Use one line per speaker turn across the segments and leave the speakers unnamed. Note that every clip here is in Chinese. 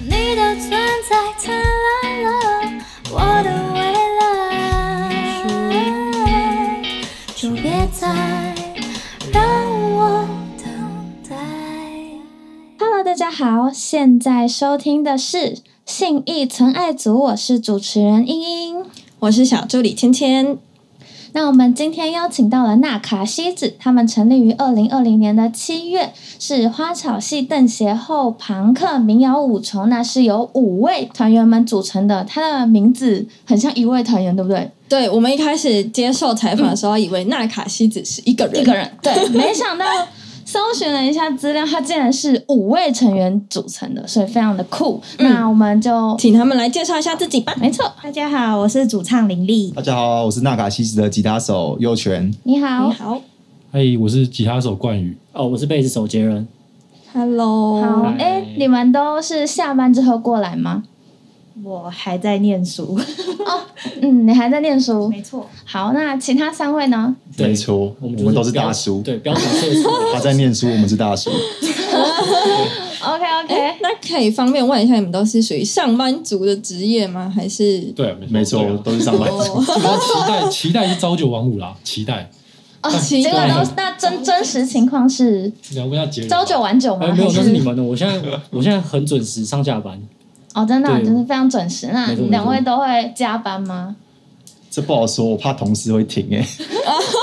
存在灿烂了我的未来，就别再让我等待。
Hello，大家好，现在收听的是信义存爱组，我是主持人英英。
我是小助理芊芊。
那我们今天邀请到了纳卡西子，他们成立于二零二零年的七月，是花草系邓协后朋克民谣五重，那是由五位团员们组成的。他的名字很像一位团员，对不 对？
对我们一开始接受采访的时候，以为纳卡西只是一个人，
一个人，对，没想到搜寻了一下资料，他竟然是五位成员组成的，所以非常的酷。
嗯
那我们就
请他们来介绍一下自己吧。
没错，
大家好，我是主唱林丽。
大家好，我是纳卡西斯的吉他手右权。
你好，
好
嗨，哎我是吉他手冠宇。
哦，我是贝斯手杰伦，
，Hello，
嗯
好，哎、你们都是下班之后过来吗？
我还在念书，
嗯，你还在念书。
错，
好，那其他三位呢？
对
没错，
我
我
们
们
就是
都是大叔。
对，标准社畜。
他在念书，我们是大叔。
OK OK，
哎那可以方便问一下，你们都是属于上班族的职业吗？还是
对、啊，
没错，
对啊
都是上班族。
哦，
然后期待 期待是朝九晚五啦，期待。
哦，
期
结果
待
都那真真实情况是
你要问下杰伦吧
朝九晚九吗？
哎，没有，
还
那是你们的。我现在我现在很准时上下班，
哦，真的哦、
对
就是非常准时。那
没错没错
两位都会加班吗？
这不好说，我怕同事会停哎、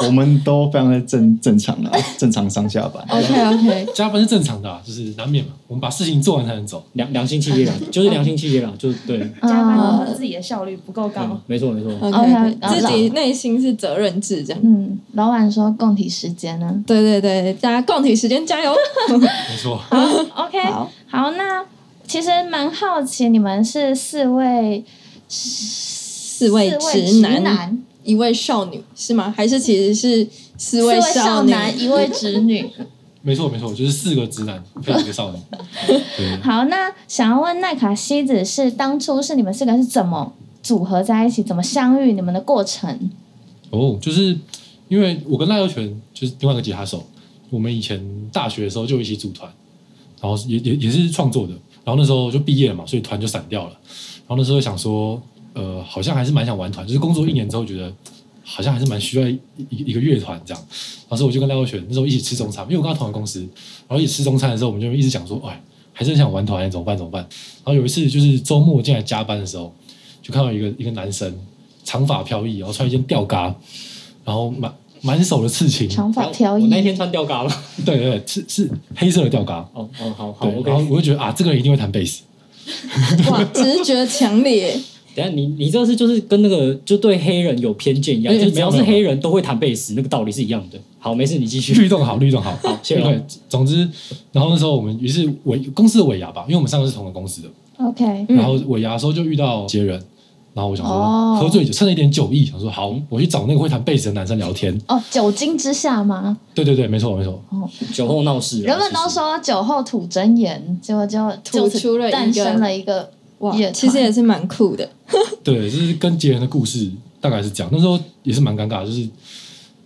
我们都非常的正正常的，正常上下班。
，OK OK，
哦
加班是正常的啊、就是难免嘛。我们把事情做完才能走。
良良心企业啦，就是良心企业啦，就对，
加班
嗯
可能自己的效率不够高
哦
嗯。没错没错。
OK，
自己内心是责任制这样。
嗯，老板说供体时间呢。
对对对，大家共体时间加油！
没错，
好，OK，
好
好，那其实蛮好奇，你们是四位四
位
直
直男一位少女是吗？还是其实是四
四位
位
少
少女？
男，一位直女。
没错，没错，就是四个直男配一个少女。 对，
好，那想要问奈卡西子是当初是你们四个是怎么组合在一起，怎么相遇，你们的过程？
哦，就是因为我跟赖耀全就是另外一个吉他手，我们以前大学的时候就一起组团，然后也也也是创作的，然后那时候就毕业了嘛，所以团就散掉了。然后那时候想说，呃，好像还是蛮想玩团，就是工作一年之后觉得好像还是蛮需要一一一个乐团这样。然后我就跟赖耀全那时候一起吃中餐，因为我跟他同一个公司，然后一起吃中餐的时候，我们就一直讲说，哎，还是很想玩团，哎怎么办？怎么办？然后有一次就是周末进来加班的时候，就看到一个一个男生长发飘逸，然后穿一件吊嘎，然后满满手的刺青，
长发飘
我
逸，
那天穿吊嘎了。
对对对，是是黑色的吊嘎。
哦哦，好好
对，然后
，OK。
我就觉得啊，这个人一定会弹贝斯。
哇，直觉强烈，
等一下你你这是就是跟那个就对黑人有偏见一样，
哎哎
就是只要
没
是
有没有
黑人都会弹贝斯，那个道理是一样的。好，没事，你继续。
律动好，律动好，好
谢谢
对，总之，然后那时候我们于是尾公司的尾牙吧，因为我们三个是同个公司的，
OK，
嗯
然后尾牙的时候就遇到杰人，然后我想说、
哦
喝醉酒，趁着一点酒意，想说好，我去找那个会弹贝斯的男生聊天。
哦，酒精之下吗？
对对对，没错没错，
酒后闹事啊。
原本
其
都
实
说酒后吐真言，结果就就
吐出了一个
诞生了一个
哇
乐，团
其实也是蛮酷的。
对，就是跟杰人的故事大概是这样。那时候也是蛮尴尬，就是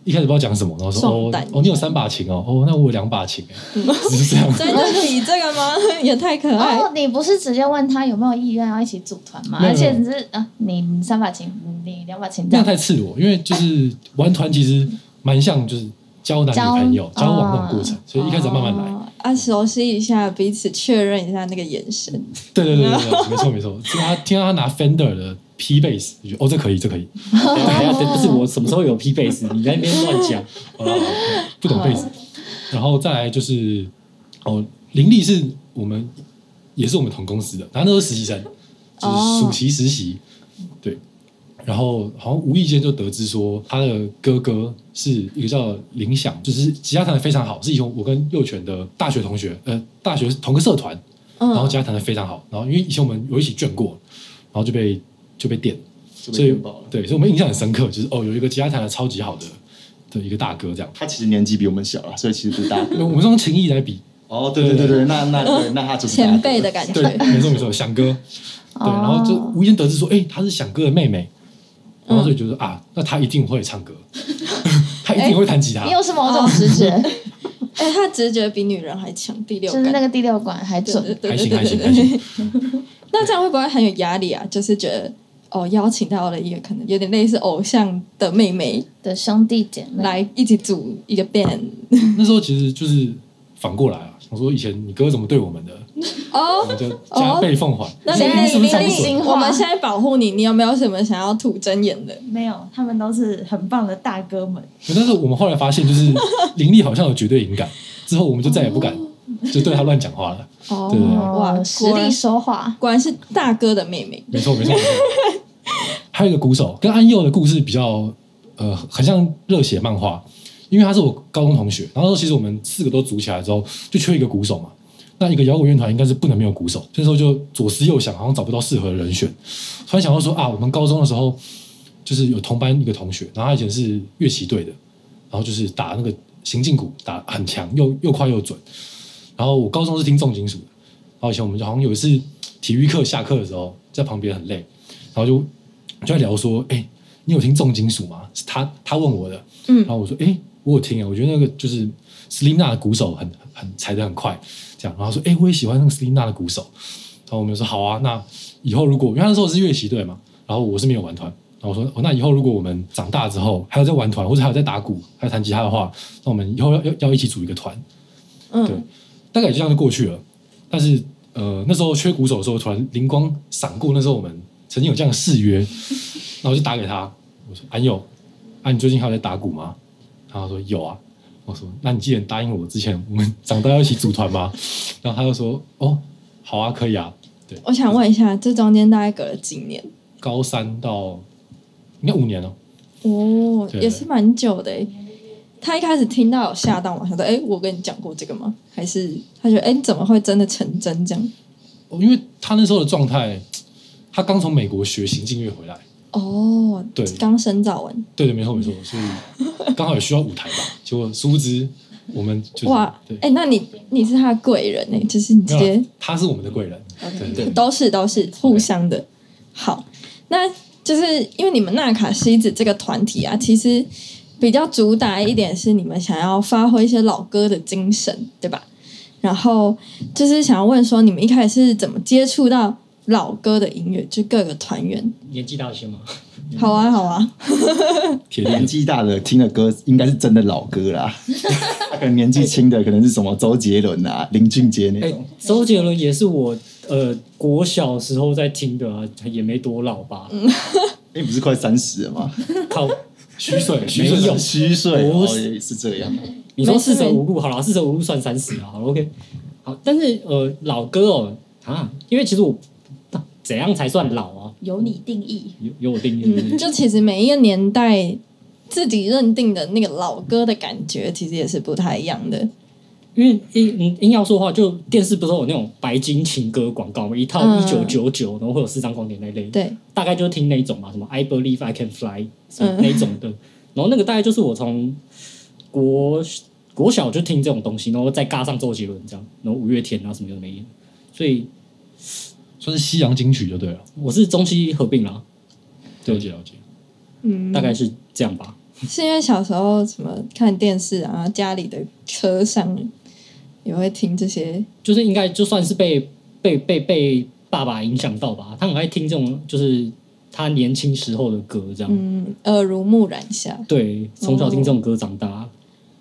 一开始不知道讲什么，然后说
撞
哦
胆
哦，你有三把琴哦，哦，那我有两把琴， 就是这样。
所以就比这个吗？ 也太可爱
哦，你不是直接问他有没有意愿要一起组团吗？
没有
而且只是啊，你你三把琴，你两把琴这
那
样。
太赤裸，因为就是玩团其实蛮像就是交男女朋友、
交
交往那种过程
哦，
所以一开始慢慢来。
哦啊，熟悉一下彼此，确认一下那个眼神。
对对对对对，没错没错。听他听他拿 Fender 的 P bass，就觉得哦这可以这可以，
等一下，等哎一下 不是我什么时候有披贝斯？你在那边乱讲。
好啦好啦啊不懂贝斯。然后再来就是哦，林立是我们也是我们同公司的，然后那时候实习生，就是暑期实习，对。然后好像无意间就得知说，他的哥哥是一个叫林响，就是吉他弹的非常好，是以前我跟幼犬的大学同学，呃，大学同个社团，
嗯
然后吉他弹的非常好。然后因为以前我们有一起卷过，然后就被就被电，所以对，所以我们印象很深刻，就是哦，有一个吉他弹的超级好的的一个大哥这样。
他其实年纪比我们小了，所以其实不是大哥。
我们是用情谊来比，
哦，对对对对，那那对，那他就是大哥
前辈的感
对，
觉。
没错没错，响哥，对，然后就无意间得知说，哎、她是响哥的妹妹，然后所以就说、啊，那她一定会唱歌，她一定会弹吉他，
哦
你又是某种直觉，
哎，他直觉比女人还强，第六
就
感。
是那个第六感还
对
准
对。对
还
对
行还
对
行
对
还
对
行。
那这样会不会很有压力啊？就是觉得哦，邀请到了一个可能有点类似偶像的妹妹
的兄弟姐妹，
来一起组一个 band
那时候其实就是反过来啊，想说以前你哥怎么对我们的，我
哦。
们就加倍奉还。
那
现在
林
是不是
林
这样
立
子
新
我
话
们，现在保护你，你有没有什么想要吐真言的？
没有，他们都是很棒的大哥们。
但是我们后来发现，就是林立好像有绝对敏感，之后我们就再也不敢就对他乱讲话了。
哦
对
哇，实
果
力
然
说话，
果然是大哥的妹妹。
没错，没错。没错还有一个鼓手，跟安佑的故事比较，呃，很像热血漫画，因为他是我高中同学。然后那时候其实我们四个都组起来之后，就缺一个鼓手嘛。那一个摇滚乐团应该是不能没有鼓手，所以那时候就左思右想，好像找不到适合的人选。突然想到说啊，我们高中的时候就是有同班一个同学，然后他以前是乐器队的，然后就是打那个行进鼓，打很强，又又快又准。然后我高中是听重金属的，然后以前我们就好像有一次体育课下课的时候，在旁边很累，然后就就在聊说，哎、你有听重金属吗？是他他问我的，
嗯
然后我说，哎、我有听啊，我觉得那个就是 Selina 的鼓手很很踩得很快，这样，然后说，哎、我也喜欢那个 Selina 的鼓手，然后我们就说好啊，那以后如果因为他那时候是乐器队嘛，然后我是没有玩团，然后我说哦，那以后如果我们长大之后还有在玩团，或者还有在打鼓，还有弹吉他的话，那我们以后要要要一起组一个团，对
嗯，
大概也就这样就过去了。但是呃，那时候缺鼓手的时候，突然灵光闪过，那时候我们曾经有这样的誓约， 然后我就打给他，我说安佑，啊，你最近还有在打鼓吗？然后他说有啊。我说：“那你既然答应我之前我们长大要一起组团吗？”然后他就说：“哦，好啊，可以啊。”对，
我想问一下，这中间大概隔了几年？
高三到应该五年了、
哦，
对
也是蛮久的诶。他一开始听到有吓到我，想说：“哎，我跟你讲过这个吗？”还是他觉得：“哎，你怎么会真的成真这样
哦因为他那时候的状态，他刚从美国学行进乐回来，？”
哦，
对
刚生早完，
对的，没错没错， 所以刚好也需要舞台吧。结果殊不知我们就是
哇
对，，
哎，那你你是他的贵人哎，就是你直
没有啊
接
啦他是我们的贵人，对对对，
都是都是互相的。好，那就是因为你们纳卡西子这个团体啊，其实比较主打一点是你们想要发挥一些老歌的精神，对吧？然后就是想要问说，你们一开始是怎么接触到老歌的音乐？就各个团员，
年纪大一些吗？
嗯
好啊，好啊，
铁
年
定
纪大的听的歌应该是真的老歌啦，可能年纪轻的可能是什么周杰伦啊、林俊杰那
哎、
种。
周杰伦也是我呃国小时候在听的啊，也没多老吧？
哎、不是快三十了吗？
靠，
虚岁虚
没
是
岁
有
虚岁
不
哦，
是
也是这样。
你说四舍五入好了，四舍五入算三十啊，好了，OK。好，但是呃，老歌哦啊，因为其实我怎样才算老啊？
由你定义，
有有我定义是不
嗯，
是，
就其实每一个年代自己认定的那个老歌的感觉，其实也是不太一样的。
因为硬嗯硬要说的话，就电视不是有那种白金情歌广告吗？一套
嗯
一九九九，然后会有四张光碟那一类，
对，
大概就听那一种嘛，什么 I Believe I Can Fly 什么
嗯
那一种的。然后那个大概就是我从国国小就听这种东西，然后再嘎上周杰伦这样，然后五月天啊什么有的没的，所以
算是西洋金曲就对了，
我是中西合并啦，对
了解了解。
嗯，
大概是这样吧。
是因为小时候什么看电视啊，家里的车上也会听这些，
就是应该就算是被被被被爸爸影响到吧，他很爱听这种就是他年轻时候的歌这样。
嗯，哦耳濡目染下。
对，从小听这种歌长大。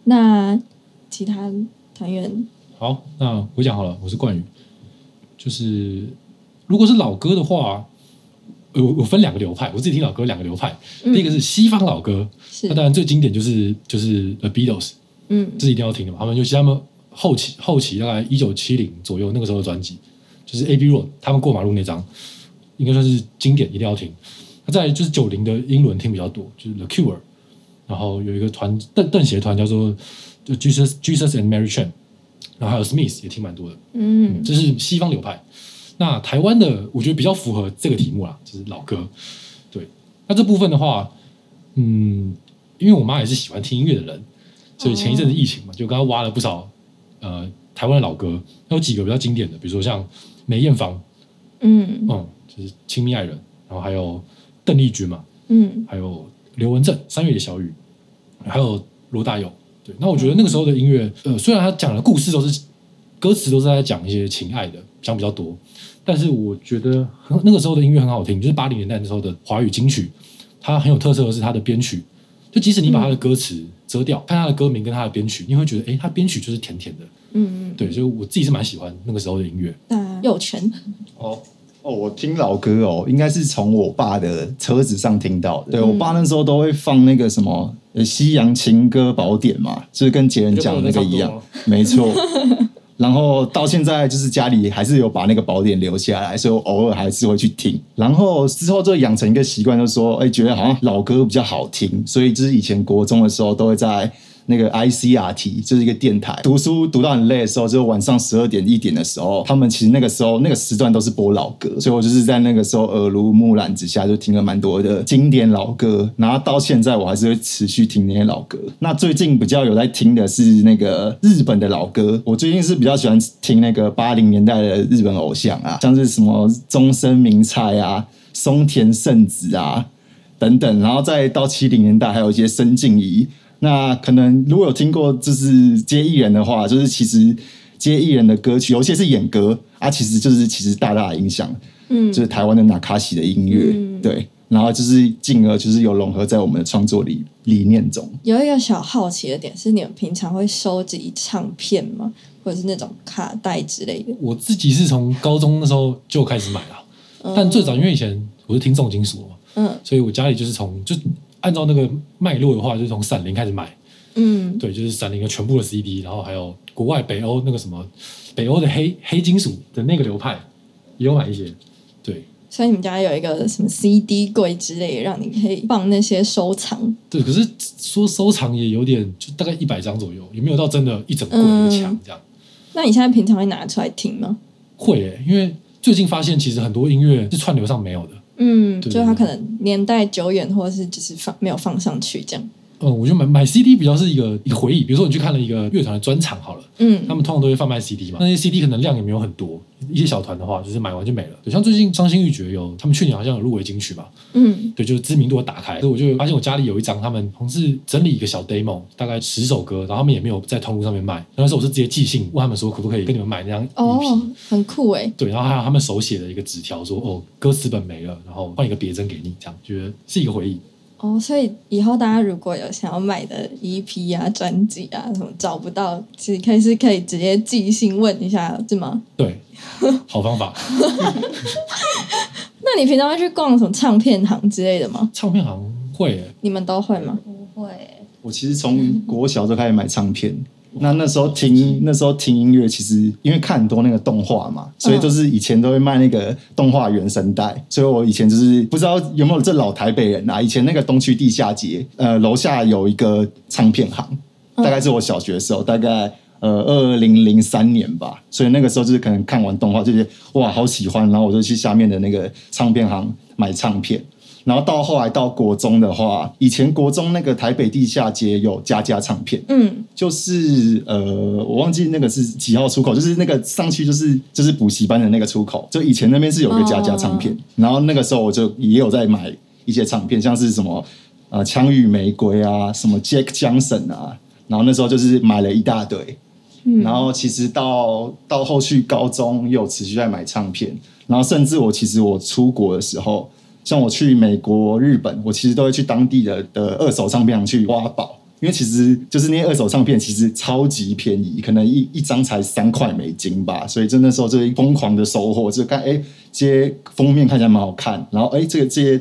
那其他团员，
好，那我讲好了，我是冠宇。就是如果是老歌的话，呃我我分两个流派，我自己听老歌两个流派。第一个是西方老歌，
嗯是
那当然最经典就是就是 The Beatles，
嗯
这是一定要听的嘛。他们尤其他们后期后期大概一九七零左右那个时候的专辑，就是 A B Road 他们过马路那张，应该算是经典，一定要听。那再来就是九零的英伦听比较多，就是 The Cure，然后有一个团邓邓协团叫做就 Jesus Jesus and Mary Chain，然后还有 Smith 也听蛮多的。
嗯
这是西方流派。那台湾的，我觉得比较符合这个题目啦，就是老歌。对，那这部分的话，嗯，因为我妈也是喜欢听音乐的人，所以前一阵子疫情嘛，就刚刚挖了不少呃台湾的老歌，有几个比较经典的，比如说像梅艳芳，
嗯
嗯，就是《亲密爱人》，然后还有邓丽君嘛，
嗯
还有刘文正、三月的小雨，还有罗大佑，对，那我觉得那个时候的音乐，
嗯
呃，虽然他讲的故事都是歌词都是在讲一些情爱的，讲比较多，但是我觉得很那个时候的音乐很好听，就是八零年代那时候的华语金曲，它很有特色的是它的编曲，就即使你把
嗯
它的歌词遮掉，看它的歌名跟它的编曲，你会觉得，哎，它编曲就是甜甜的，
嗯，
对，所以我自己是蛮喜欢那个时候的音乐。
那右拳
哦哦，我听老歌哦，应该是从我爸的车子上听到的。
嗯
对我爸那时候都会放那个什么呃西洋情歌宝典嘛，就是跟杰人讲的那个一样
就跟我，
没错。然后到现在就是家里还是有把那个宝典留下来，所以我偶尔还是会去听。然后之后就养成一个习惯，就是说，哎，觉得好像老歌比较好听，所以就是以前国中的时候都会在。那个 ICRT 就是一个电台，读书读到很累的时候，就是晚上十二点一点的时候，他们其实那个时候那个时段都是播老歌，所以我就是在那个时候呃耳濡目染之下，就听了蛮多的经典老歌，然后到现在我还是会持续听那些老歌。那最近比较有在听的是那个日本的老歌，我最近是比较喜欢听那个八零年代的日本偶像啊，像是什么终身名菜啊、松田圣子啊，等等，然后再到七零年代还有一些深静怡。那可能如果有听过就是接艺人的话，就是其实接艺人的歌曲有一些是演歌啊，其实就是其实大大的影响，嗯，就是台湾的纳卡西的音乐，对，然后就是进而就是有融合在我们的创作理理念中。
有一个小好奇的点是，你们平常会收集唱片吗？或者是那种卡带之类的？
我自己是从高中那时候就开始买了，但最早因为以前我是听重金属嘛，
嗯
所以我家里就是从就按照那个脉络的话，就是从闪灵开始买，
嗯
对，就是闪灵的全部的 CD，然后还有国外北欧那个什么北欧的黑黑金属的那个流派也有买一些，对
所以你们家有一个什么 CD 柜之类的，让你可以放那些收藏。
对，可是说收藏也有点就大概一百张左右，也没有到真的一整柜一个墙这样。
那你现在平常会拿出来听吗？
会、欸，因为最近发现其实很多音乐是串流上没有的，
嗯，
对
就它可能年代久远，或者是就是放没有放上去这样。
嗯，我觉得买买 CD 比较是一个一个回忆。比如说你去看了一个乐团的专场好了，
嗯
他们通常都会贩卖 CD 嘛，那些 CD 可能量也没有很多，一些小团的话就是买完就没了。对，像最近伤心欲绝有，他们去年好像有入围金曲嘛，
嗯
对，就是知名度有打开。所以我就发现我家里有一张他们同事整理一个小 demo，大概十首歌，然后他们也没有在通路上面卖，那时候我是直接寄信问他们说可不可以跟你们买那张 EP。
哦，很酷诶。
对，然后还有他们手写的一个纸条说，哦，歌词本没了，然后换一个别针给你，这样觉得是一个回忆。
哦，所以以后大家如果有想要买的 EP 啊、专辑啊什么找不到，其实可以是可以直接寄信问一下，是吗？
对，好方法。
那你平常会去逛什么唱片行之类的吗？
唱片行会、欸，
你们都会吗？
不会，
我其实从国小就开始买唱片。那那时候听那时候听音乐，其实因为看很多那个动画嘛，所以就是以前都会卖那个动画原声带，所以我以前就是不知道有没有这老台北人啊，以前那个东区地下街，呃，楼下有一个唱片行，大概是我小学的时候，大概呃二零零三年吧，所以那个时候就是可能看完动画就觉得哇好喜欢，然后我就去下面的那个唱片行买唱片，然后到后来到国中的话，以前国中那个台北地下街有家家唱片，
嗯，
就是呃，我忘记那个是几号出口，就是那个上去就是就是补习班的那个出口，就以前那边是有一个家家唱片，然后那个时候我就也有在买一些唱片，像是什么呃《枪与玫瑰》啊，什么 Jack Johnson 啊，然后那时候就是买了一大堆，然后其实到到后续高中又有持续在买唱片，然后甚至我其实我出国的时候，像我去美国、日本，我其实都会去当地的的二手唱片行去挖宝，因为其实就是那些二手唱片其实超级便宜，可能一一张才三块美金吧，所以就那时候就疯狂的收获，就看哎这些封面看起来蛮好看，然后哎这个这些，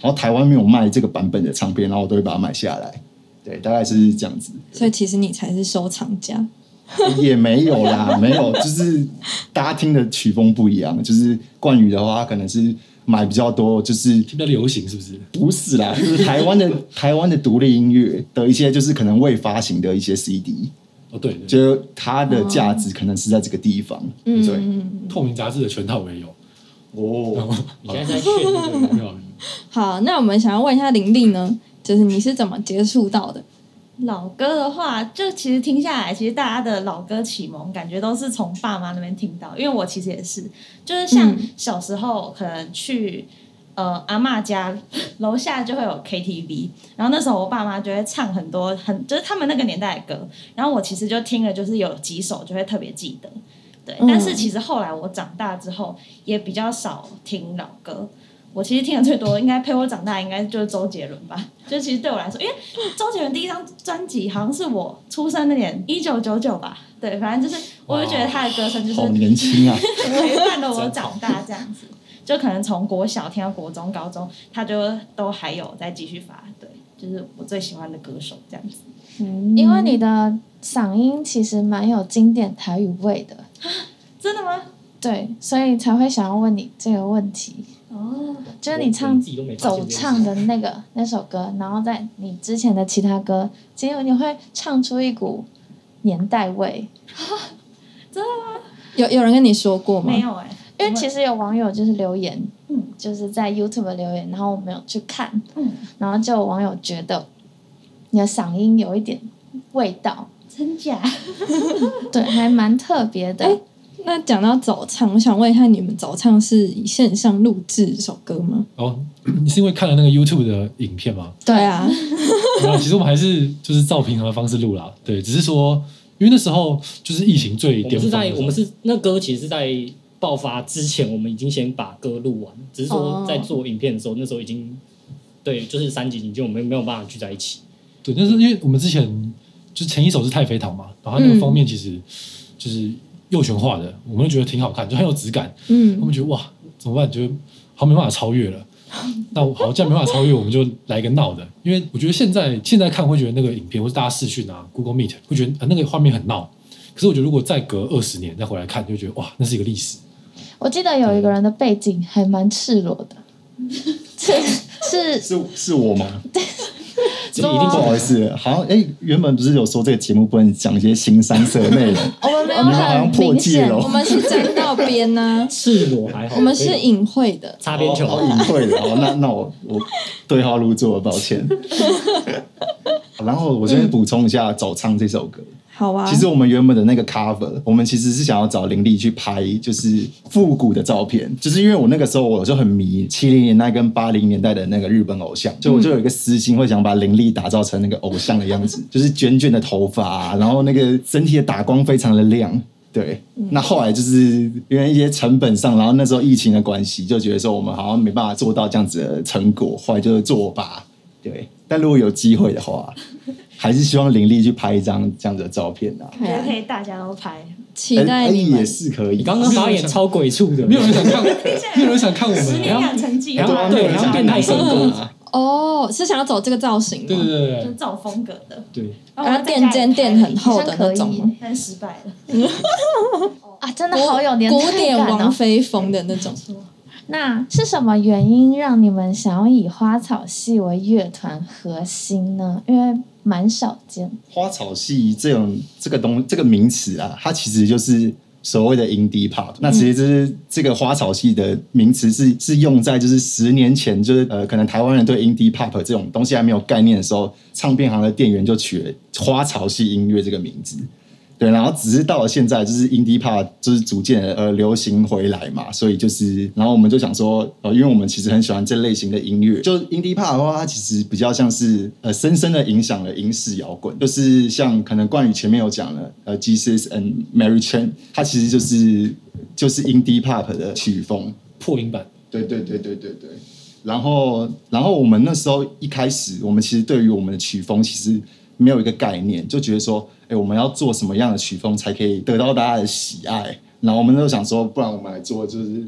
然后台湾没有卖这个版本的唱片，然后我都会把它买下来，对，大概是这样子。
所以其实你才是收藏家。
也没有啦，没有，就是大家听的曲风不一样。就是冠宇的话，他可能是买比较多，就是
比较流行是不是？
不是啦，就是台湾的 台湾的独立音乐的一些，就是可能未发行的一些 CD，
哦，对，对
就它的价值可能是在这个地方。
嗯
对，
嗯，嗯
透明杂志的全套我也有。
哦，
你现在在炫那个
没有，
好，那我们想要问一下玲玲呢，就是你是怎么接触到的？
老歌的话，就其实听下来，其实大家的老歌启蒙感觉都是从爸妈那边听到，因为我其实也是，就是像
嗯
小时候可能去。呃阿嬷家楼下就会有 KTV，然后那时候我爸妈就会唱很多很就是他们那个年代的歌，然后我其实就听了就是有几首就会特别记得。对，但是其实后来我长大之后也比较少听老歌。我其实听的最多，应该陪我长大，应该就是周杰伦吧。 就其实对我来说，因为周杰伦第一张专辑好像是我出生那年，一九九九吧。对，反正就是，我就觉得他的歌声就是
好 年轻啊！
陪伴了我长大这样子。就可能从国小听到国中、高中，他就都还有在继续发，对，就是我最喜欢的歌手这样子。
因为你的嗓音其实蛮有经典台语味的，
真的吗？
对，所以才会想要问你这个问题。
哦，
就是你
我
唱
自己都没发
走
现这件事
唱的那个那首歌，然后在你之前的其他歌，其实你会唱出一股年代味。
有有人跟你说过吗？
没有哎、
因为其实有网友就是留言，
嗯
就是在 YouTube 留言，然后我没有去看，
嗯，
然后就有网友觉得你的嗓音有一点味道，
真假？
对，还蛮特别的。
哎那讲到早唱，我想问一下，你们早唱是以线上录制这首歌吗？
哦，你是因为看了那个 YouTube 的影片吗？
对 啊，
啊，其实我们还是就是照平常的方式录啦。对，只是说，因为那时候就是疫情最
我
巅
们是
峰的时候，
在我们是那歌其实是在爆发之前，我们已经先把歌录完，只是说
哦
在做影片的时候，那时候已经对，就是三级已经我们没有办法聚在一起。
对，就是因为我们之前就前一首是太妃糖嘛，然后它那个
嗯
封面其实就是右旋画的，我们就觉得挺好看，就很有质感。我
嗯，
们觉得哇，怎么办？觉得好像没办法超 越了。那我好，既然没办法超越，我们就来一个闹的。因为我觉得现在现在看会觉得那个影片或是大家视讯啊，Google Meet 会觉得、呃、那个画面很闹。可是我觉得如果再隔二十年再回来看，就觉得哇，那是一个历史。
我记得有一个人的背景还蛮赤裸 的，是是
是是我吗？
这一定
不好意思，好像哎，原本不是有说这个节目不能讲一些新三色的内容，
我们没有
哦你们好像
很
破
明
戒
显，
了
我们是站到 边呢、
赤裸还好，
我们是
可以
隐晦的。
擦边球。
哦好隐晦的。哦，那那我我对号入座，抱 歉。然后我这边补充一下《早唱》这首歌，
好啊，
其实我们原本的那个 cover，我们其实是想要找林立去拍，就是复古的照片，就是因为我那个时候我就很迷七零年代跟八零年代的那个日本偶像，所以我就有一个私心，会想把林立打造成那个偶像的样子，就是卷卷的头发、啊然后那个身体的打光非常的亮。对，那后来就是因为一些成本上，然后那时候疫情的关系，就觉得说我们好像没办法做到这样子的成果，后来就是作罢。对，但如果有机会的话，还是希望林立去拍一张这样子的照片啊。
我觉得可以大家都拍，
期待
哎
你们
也。是可以。
你刚刚发言超鬼畜的，
没有人想 看，没有人想看我
十
们。啊
年养成计
然后
划，
对，
哎对啊
然后变态神歌，
哦，是想要走这个造型吗？
对对对对
就是
对，
这种风格的，
对，
然后
我在
垫
家里
肩垫
拍
很厚的那种吗，
但失败了。
啊，真的好有年代
古典
感哦
王菲风的那种。
那是什么原因让你们想要以花草系为乐团核心呢？因为蛮少见。
花草系这种这个东这个名词啊，它其实就是所谓的 indie pop。那其实就是这个花草系的名词是是用在就是十年前，就是呃，可能台湾人对 indie pop 这种东西还没有概念的时候，唱片行的店员就取了花草系音乐这个名字。对，然后只是到了现在，就是 indie pop 就是逐渐地呃流行回来嘛，所以就是，然后我们就想说，呃，因为我们其实很喜欢这类型的音乐，就 indie pop 的话，它其实比较像是呃深深的影响了英式摇滚，就是像可能冠宇前面有讲了，呃，Jesus and Mary Chain，它其实就是就是 indie pop 的曲风，
破音版。
对对对对对对。然后，然后我们那时候一开始，我们其实对于我们的曲风其实没有一个概念，就觉得说，哎，我们要做什么样的曲风才可以得到大家的喜爱？然后我们就想说，不然我们来做就是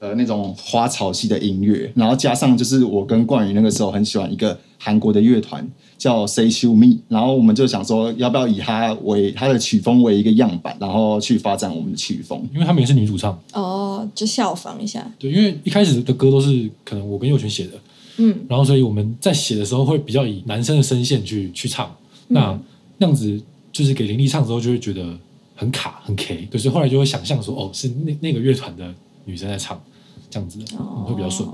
呃那种花草系的音乐，然后加上就是我跟冠宇那个时候很喜欢一个韩国的乐团叫 Say Show Me，然后我们就想说，要不要以它为它的曲风为一个样板，然后去发展我们的曲风？
因为他们也是女主唱，
哦，就效仿一下。
对，因为一开始的歌都是可能我跟佑全写的，
嗯，
然后所以我们在写的时候会比较以男生的声线去去唱，
嗯
那那样子就是给林立唱的时候就会觉得很卡很 K，对，所以后来就会想象说哦是那那个乐团的女生在唱这样子，嗯会比较
哦
顺。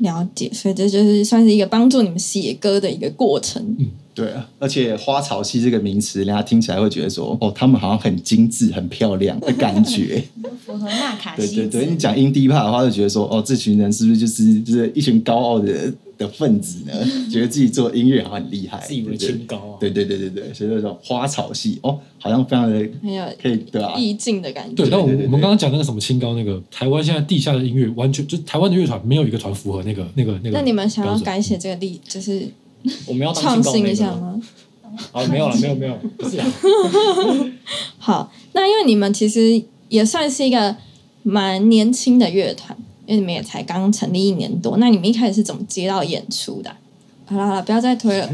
了解，所以这就是算是一个帮助你们写歌的一个过程。
嗯，
对啊，而且花草系这个名词，人家听起来会觉得说，哦，他们好像很精致、很漂亮的感 觉。
符合纳卡
对
西
对对，
子
你讲英迪帕的话，就觉得说，哦，这群人是不是就是就是一群高傲的的分子呢？觉得自己做音乐好像很厉害，
自以为清高啊
对对对对对对，所以那种花草系，哦，好像非常的
很有
可以，对啊吧、
意境的感觉。
对，但我
对对对
我们刚刚讲那个什么清高那个，台湾现在地下的音乐完全就台湾的乐团没有一个团符合那个那个那个。
那你们想
标
要
准
改写这个例，就是
我们要当
创
清高
新
那
一
个
下
吗？
吗？
啊，没有了，没有没有，不是啊，
好，那因为你们其实也算是一个蛮年轻的乐团，因为你们也才刚成立一年多。那你们一开始是怎么接到演出的啊、好了好了，不要再推了。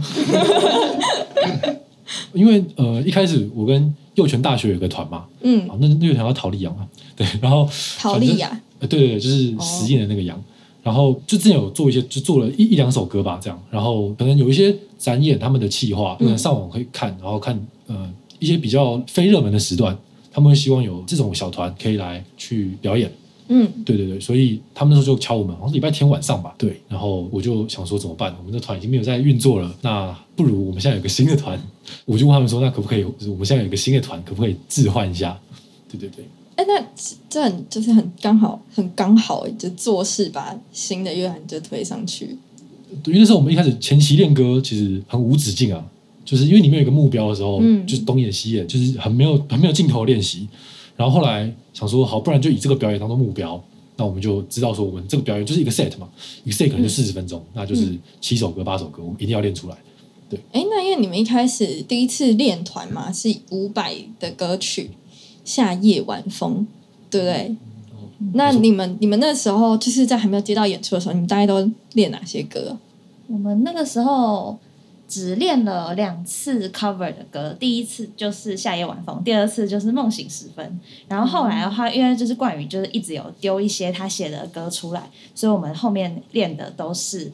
因为呃一开始我跟幼泉大学有个团嘛，
嗯，
啊，那那个团叫陶丽阳啊，对，然后
陶丽呀、
呃，对对对，就是实验的那个羊。然后就之前有做一些，就做了一一两首歌吧，这样。然后可能有一些展演他们的企划，可能上网可以看，然后看呃一些比较非热门的时段，他们会希望有这种小团可以来去表演。
嗯，
对对对，所以他们那时候就敲我们，好像是礼拜天晚上吧。对，然后我就想说怎么办？我们的团已经没有在运作了，那不如我们现在有个新的团。 我就问他们说，那可不可以？就是我们现在有个新的团，可不可以置换一下？对对对，
哎，那这这很就是很刚好，很刚好，就做事把新的乐团就推上去。
对，因为那时候我们一开始前期练歌其实很无止境啊，就是因为你没有一个目标的时候，
嗯
就是东演西演，就是很没有很没有尽头的练习。然后后来想说，好，不然就以这个表演当做目标，那我们就知道说，我们这个表演就是一个 set 嘛，一个 set 可能就四十分钟，那就是七首歌八首歌，我们一定要练出来。
哎，那因为你们一开始第一次练团嘛，是伍佰的歌曲《夏夜晚风》，对不对？
哦
那你们你们那时候就是在还没有接到演出的时候，你们大概都练哪些歌？
我们那个时候只练了两次 cover 的歌，第一次就是《夏夜晚风》，第二次就是《梦醒时分》。然后后来的话，因为就是冠宇就是一直有丢一些他写的歌出来，所以我们后面练的都是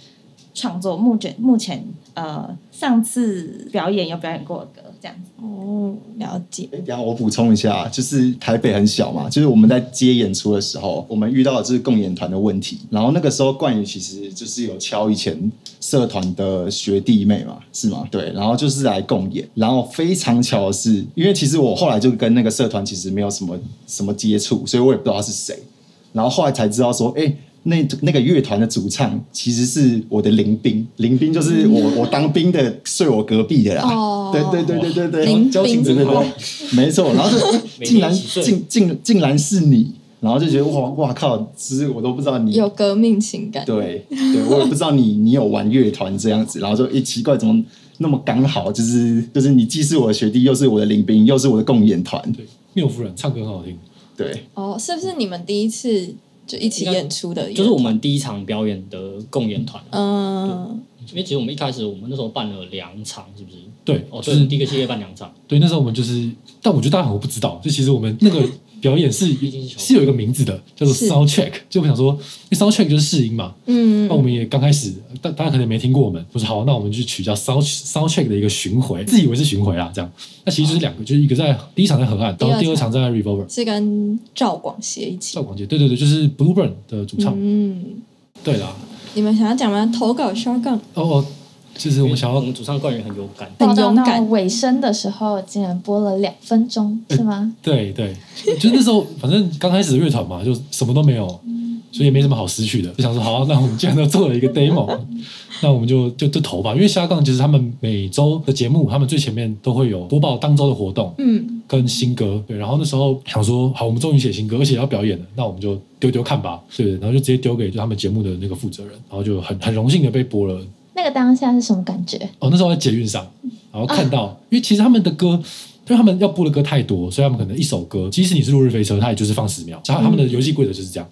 创作目前目前呃上次表演有表演过的歌这样子。
哦，了解。
哎，等一下我补充一下，就是台北很小嘛，就是我们在接演出的时候，我们遇到的就是共演团的问题。然后那个时候冠宇其实就是有敲以前社团的学弟妹嘛，是吗？对，然后就是来共演。然后非常巧的是，因为其实我后来就跟那个社团其实没有什么什么接触，所以我也不知道他是谁。然后后来才知道说，哎，那那个乐团的主唱其实是我的林兵，林兵就是我我当兵的睡我隔壁的啦。
哦
对对对对对对，
林
交情
兵
对对
哦
对， 没错。然后就
每
竟
天
然
一起睡
竟竟竟然是你，然后就觉得哇哇靠，其实我都不知道
嗯
你
有革命情感。
对对，我也不知道你你有玩乐团这样子，然后就一奇怪怎么那么刚好，就是就是你既是我的学弟，又是我的林兵，又是我的共演团，
对，缪夫人唱歌很好听，
对
哦，是不是你们第一次就一起演出的？
就是我，们第一场表演的共演团啊，
嗯，
因为其实我们一开始我们那时候办了两场，是不是？
对，
哦，
就
对，
是
第一个系列办两场，
对，那时候我们就是，但我觉得大家可能不知道，就其实我们那个表演 是
竟是小
是有一个名字的，叫做
是
sound check。就我想说，因为 sound check 就是试音嘛，
嗯
那我们也刚开始，大大家可能没听过我们，我说好，那我们就取叫 sound sound check 的一个巡回，自以为是巡回啊，这样。那其实就是两个，就是一个在第一场在河岸，
第二
然后第二
场
场在 revolver。
是跟赵广协一起
赵。广杰，对对对，就是 Blue Burn 的主唱。
嗯，
对啦，
你们想要讲吗？投稿 s h o t g u n
哦哦，就是我们想
我
要
们主唱冠员很有感，
很勇
报道嗯到
敢。
尾声的时候，竟然播了两分钟，
嗯
是吗？
对对， 就那时候反正刚开始的乐团嘛，就什么都没有，所以也没什么好失去的。就想说，好啊、那我们既然都做了一个 demo，那我 们就就就投吧。因为下杠其实他们每周的节目，他们最前面都会有播报当周的活动
嗯，
跟新歌。对，然后那时候想说，好，我们终于写新歌，而且要表演了，那我们就丢丢看吧。对，然后就直接丢给就他们节目的那个负责人，然后就很很荣幸的被播了。
那个当下是什么感觉？
哦，那时候在捷运上，然后看到，因为其实他们的歌，因为他们要播的歌太多，所以他们可能一首歌，即使你是落日飞车，它也就是放十秒，然后他们的游戏规则就是这样。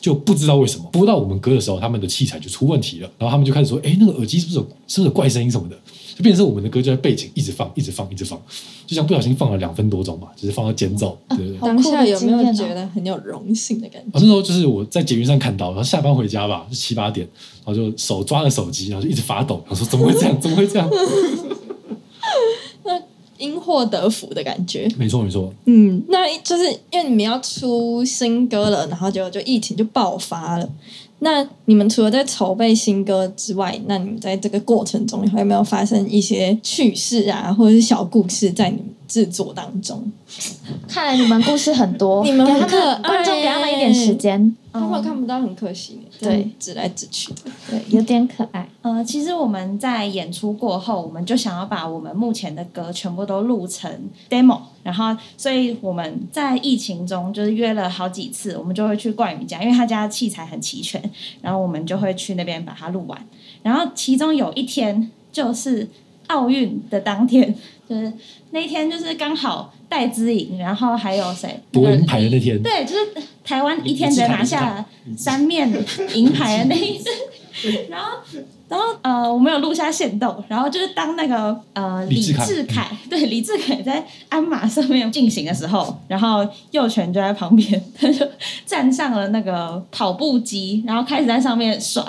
就不知道为什么播到我们歌的时候，他们的器材就出问题了，然后他们就开始说：“哎，那个耳机是不是有是不是有怪声音什么的？”就变成是我们的歌就在背景一直放，一直放，一直放，就像不小心放了两分多钟吧，只是放到间奏，对对对。
好酷的
当下有没
经
有
验哦
觉得很有荣幸的感觉？
啊，那时候就是我在捷运上看到，然后下班回家吧，就七八点，然后就手抓着手机，然后就一直发抖，然后说怎么会这样，怎么会这样？
那因祸得福的感觉。
没错没错，
嗯，那就是因为你们要出新歌了，然后就就疫情就爆发了。那你们除了在筹备新歌之外，那你们在这个过程中有没有发生一些趣事啊，或者是小故事在你们制作当中？
看来你们故事很多，
你们
给
很
他
可爱
们观众给他们一点时间，
他
哦
们看不到很可惜，
对，
指来指去的。
对，有点可爱。
呃，其实我们在演出过后，我们就想要把我们目前的歌全部都录成 demo，然后，所以我们在疫情中就是约了好几次，我们就会去冠宇家，因为他家器材很齐全，然后我们就会去那边把它录完。然后其中有一天就是奥运的当天， 就是那一天就是刚好戴资颖，然后还有谁？
夺银牌的那天，
对，就是台湾一天只拿下三面银牌 的那一次。然后，然后呃，我们有录下线动，然后就是当那个呃
李
李
智凯嗯
智凯，对李智凯在鞍马上面进行的时候，然后右拳就在旁边，他就站上了那个跑步机，然后开始在上面甩。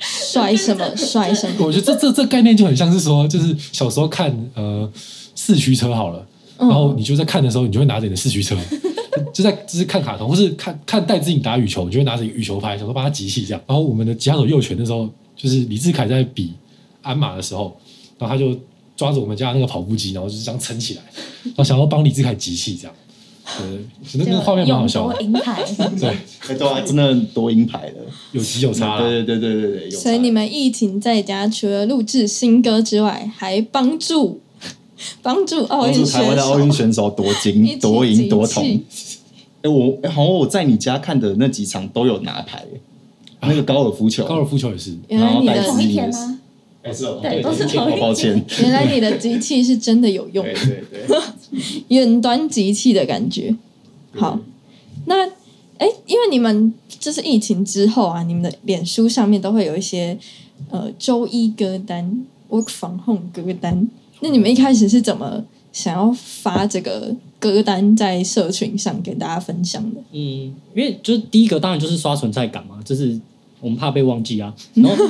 帅什么帅什么？
我觉得这这这概念就很像是说，就是小时候看呃四驱车好了，然后你就在看的时候，你就会拿着你的四驱车， 就在就是看卡通，或是看看戴志颖打羽球，你就会拿着羽球拍，想说帮他集气这样。然后我们的吉他手右拳的时候，就是李志凯在比鞍马的时候，然后他就抓着我们家那个跑步机，然后就是这样撑起来，然后想要帮李志凯集气这样。对，那那个画面蛮好笑
勇
的
夺，银牌，
对，
哎对啊，真的多银牌了。
有急有差啦。
对对对对对对，有
所以
差
你们疫情在家除了录制新歌之外，还帮助帮助奥
帮
运
助
选
台湾的奥运
手
选手夺
一
金、
起
夺
集
银、夺
气
铜。哎、我哎好像我在你家看的那几场都有拿牌、那个高尔夫球，
高尔夫球也是，
原来你
然后
的
戴
同一天
是
吗？
哎是哦，
对都是
抱
同一
抱歉，
原来你的集气是真的有用
对，对对，
远端集气的感觉。好，那哎，因为你们就是疫情之后啊，你们的脸书上面都会有一些呃周一歌单、work from home 歌单。那你们一开始是怎么想要发这个歌单在社群上给大家分享的？
嗯，因为就是第一个当然就是刷存在感嘛，就是我们怕被忘记啊。然后，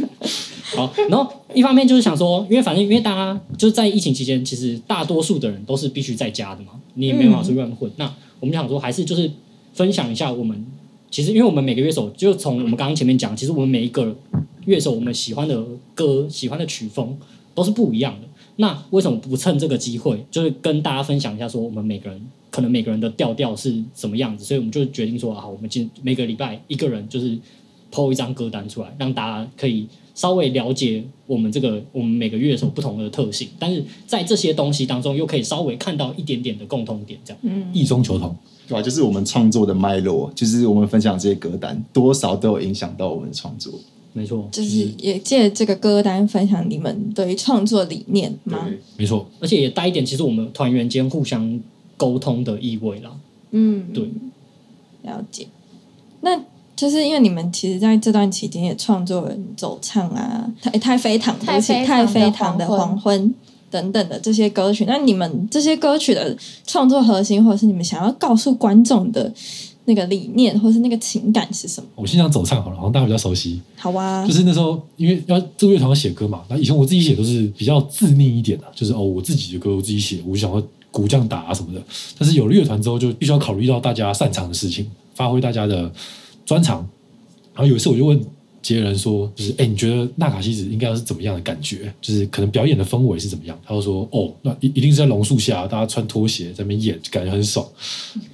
好，然后一方面就是想说，因为反正因为大家就是在疫情期间，其实大多数的人都是必须在家的嘛，你也没办法出去外面混。那我们想说，还是就是分享一下我们其实，因为我们每个乐手，就从我们刚刚前面讲，其实我们每一个乐手，我们喜欢的歌、喜欢的曲风都是不一样的。那为什么不趁这个机会，就是跟大家分享一下，说我们每个人可能每个人的调调是什么样子？所以我们就决定说，啊好，我们今每个礼拜一个人就是抛一张歌单出来，让大家可以稍微了解我们这个我们每个乐手不同的特性，但是在这些东西当中，又可以稍微看到一点点的共通点，这样。
意中求同。
对吧、啊就是我们创作的脉络，就是我们分享这些歌单，多少都有影响到我们的创 作。
没错，
就是也借这个歌单分享你们对于创作理念吗？
对，
没错，
而且也带一点，其实我们团员间互相沟通的意味啦。
嗯，
对，
了解。那就是因为你们其实在这段期间也创作了走唱啊，太太妃糖，对不起太
太
妃
妃
糖
糖
的
的
黄
黄
昏等等的这些歌曲。那你们这些歌曲的创作核心，或者是你们想要告诉观众的那个理念，或是那个情感是什么？
我先讲走唱好了，好像大家比较熟悉。
好啊
就，是那时候，因为要这个乐团要写歌嘛，那以前我自己写都是比较自命一点的、就是哦我自己的歌我自己写，我就想要鼓这样打啊什么的。但是有了乐团之后，就必须要考虑到大家擅长的事情，发挥大家的专长。然后有一次我就问杰人说，就是哎、诶你觉得纳卡西子应该要是怎么样的感觉？就是可能表演的氛围是怎么样？他就说哦，那一一定是在榕树下，大家穿拖鞋在那边演，感觉很爽。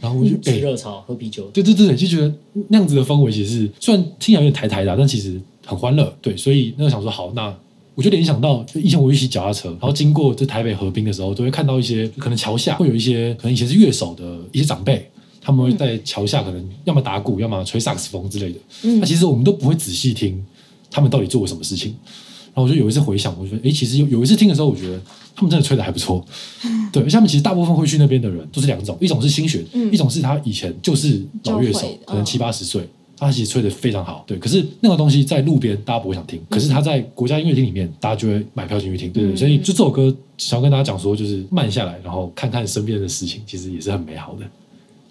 然后我就哎、
嗯吃热炒、喝啤酒，
对对对，就觉得那样子的氛围，其实是虽然听起来有点台台的啊，但其实很欢乐。对，所以那个想说，好，那我就联想到就以前我一起脚踏车，然后经过这台北河滨的时候，都会看到一些可能桥下会有一些可能以前是乐手的一些长辈。他们会在桥下，可能要么打鼓，要么吹萨克斯风之类的。那其实我们都不会仔细听他们到底做过什么事情。然后我就有一次回想，我就觉得，哎，其实有有一次听的时候，我觉得他们真的吹的还不错。对，而且他们其实大部分会去那边的人都是两种，一种是新学，
嗯
一种是他以前就是老乐
就
手
会，
可能
嗯
七八十岁，他其实吹的非常好。对，可是那个东西在路边大家不会想听，可是他在国家音乐厅里面，大家就会买票进去听。对，
嗯
对所以就这首歌想要跟大家讲说，就是慢下来，然后看看身边的事情，其实也是很美好的。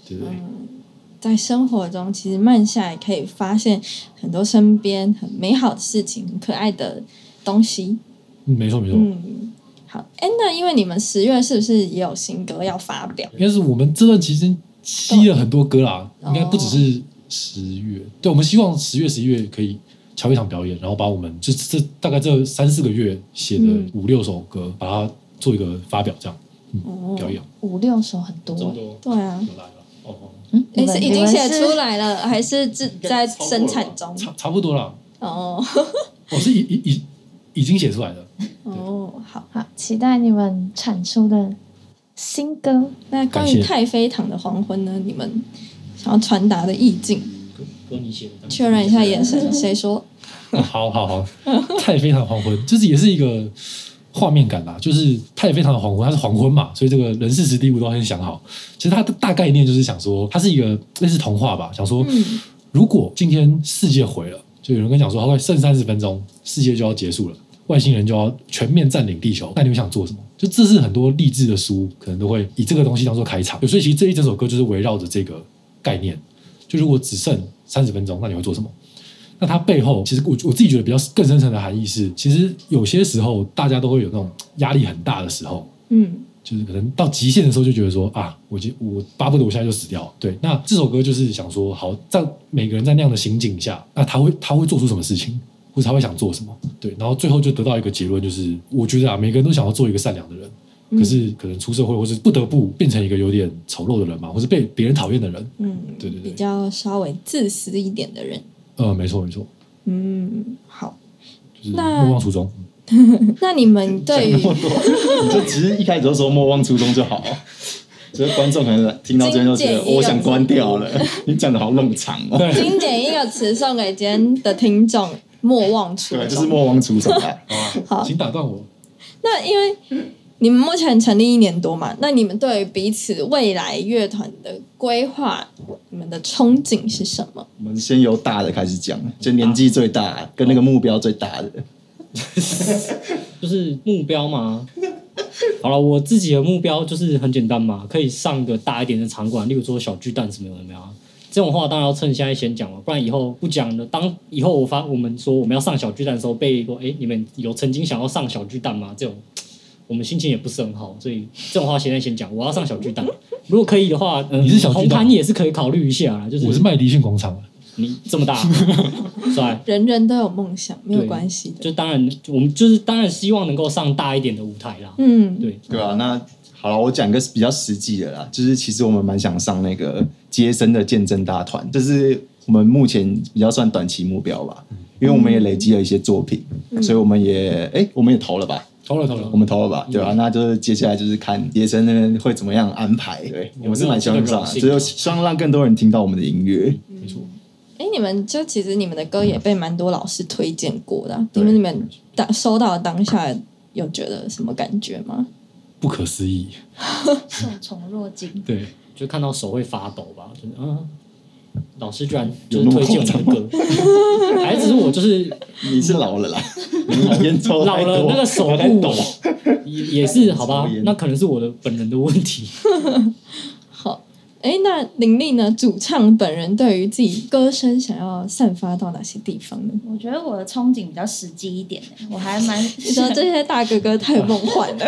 对对对，
嗯在生活中，其实慢下来可以发现很多身边很美好的事情、很可爱的东西。
嗯没错没错。
嗯，好，哎，那因为你们十月是不是也有新歌要发表？
应该是我们这段期间吸了很多歌啦，应该不只
哦
是十月。对，我们希望十月、十一月可以敲一场表演，然后把我们就这这大概这三四个月写的
嗯
五六首歌，把它做一个发表，这样
哦
表演。
五六首很多
这，么多
对啊，
有来了，哦哦，
嗯，
哎，
你们
是已经写出。
你们是
来了，还是自在生产中？
差差不多啦。
哦
我是已已已已经写出来了，
哦，好。
好，期待你们产出的新歌。
那关于
感谢
太妃堂的黄昏呢？你们想要传达的意境，
哥你写的，
确认一下眼神，谁说？
好好好，太妃堂黄昏就是也是一个画面感啦，就是太妃堂的黄昏，它是黄昏嘛，所以这个人事时地物都很想好。其实它的大概念就是想说，它是一个类似童话吧，想说
嗯
如果今天世界毁了，就有人跟你讲说，快剩三十分钟，世界就要结束了，外星人就要全面占领地球，那你们想做什么？就这是很多励志的书可能都会以这个东西当做开场，所以其实这一整首歌就是围绕着这个概念。就如果只剩三十分钟，那你会做什么？那它背后其实我我自己觉得比较更深层的含义是，其实有些时候大家都会有那种压力很大的时候，
嗯，
就是可能到极限的时候就觉得说啊，我就我巴不得我现在就死掉。对，那这首歌就是想说，好，在每个人在那样的情景下，那他会他会做出什么事情，或者他会想做什么？对，然后最后就得到一个结论，就是我觉得啊，每个人都想要做一个善良
嗯
的人。可是可能出社会，或是不得不变成一个有点丑陋的人嘛，或是被别人讨厌的人。
嗯，
对对对
比较稍微自私一点的人，
呃，没错没错，
嗯，好。
就是
那
莫忘初衷。嗯
那你们对于
那么多，你就只是一开始就说莫忘初衷就好。所以观众可能听到这边就觉
精
得哦
简一个
我想关掉了，你讲的好冗长哦。
对
精简一个词送给今天的听众，莫忘初
对，
衷。
就是莫忘初衷啊啦。
好
请打断我。
那因为你们目前成立一年多嘛，那你们对于彼此未来乐团的规划，你们的憧憬是什么？
我们先由大的开始讲，就年纪最大跟那个目标最大的。
就是目标嘛。好了，我自己的目标就是很简单嘛，可以上一个大一点的场馆，例如说小巨蛋什么有没有啊？这种话当然要趁现在先讲嘛，不然以后不讲了。当以后我发我们说我们要上小巨蛋的时候，被说哎、诶你们有曾经想要上小巨蛋吗？这种我们心情也不是很好，所以这种话现在先讲。我要上小巨蛋，如果可以的话，嗯、
你是小巨蛋
红盘也是可以考虑一下啦。就是
我是麦迪逊广场的，
你 这么大，帅，
人人都有梦想，没有
对
关系的。
就当然我们就是当然希望能够上大一点的舞台啦。
嗯，
对，
对啊，那好了，我讲个比较实际的啦，就是其实我们蛮想上那个接生的见证大团，这是我们目前比较算短期目标吧，因为我们也累积了一些作品，所以我们也哎、我们也投了吧。
投了投了
我。们投了吧，对吧、那就是接下来就是看杰森那边会怎么样安排。对，我们是蛮希望上的，只有希望让更多人听到我们的音乐。
没错，
哎，你们就其实你们的歌也被蛮多老师推荐过的啊、你
对
们你们当收到当下有觉得什么感觉吗？
不可思议。
受宠若惊。
对，
就看到手会发抖吧，就是嗯，老师居然就是推荐我的歌， 还只是我就是
你是老了啦，你烟抽
老
太多
了那个手
太
部
抖，
也也是好吧
抽烟，
那可能是 我的本人的问题。
好，哎，那玲玲呢？主唱本人对于自己歌声想要散发到哪些地方呢？
我觉得我的憧憬比较实际一点、欸，我还蛮
你说这些大哥哥太梦幻了，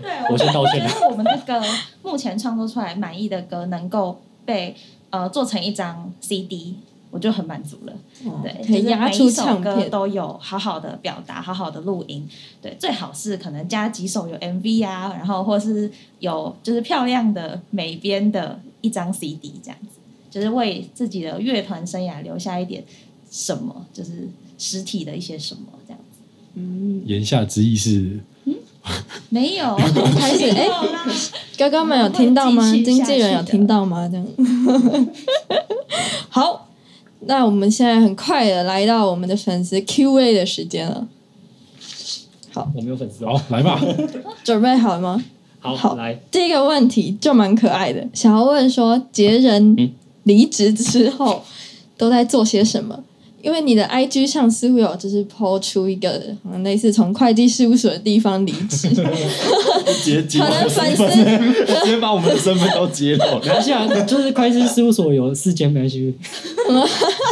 对，
我先道
我
歉
觉得我们那个目前创作出来满意的歌能够被呃做成一张 CD，我就很满足了。 对，
可以
就是
压
每
出
一首
唱
歌
片。
都有好好的表达，好好的录音。对，最好是可能加几首有 MV 啊，然后或是有就是漂亮的美编的一张 CD 这样子，就是为自己的乐团生涯留下一点什么，就是实体的一些什么这样子。
嗯，
言下之意是，
没有，
开始
没
哎
有啦。
哥哥们有听到吗？
我会继续
经
下去的
纪人有听到吗？这样， 好，那我们现在很快的来到我们的粉丝 Q&A 的时间了，
我没有粉丝 哦，
好来吧，
准备好了吗？好
好来，
这个问题就蛮可爱的，想要问说，杰人离职之后都在做些什么？因为你的 IG 上似乎有就是 PO 出一个好像类似从会计事务所的地方离职，
直接揭
可 能粉丝
直接把我们的身份都揭露了。
没关系啊，就是会计师事务所有四间，没关系。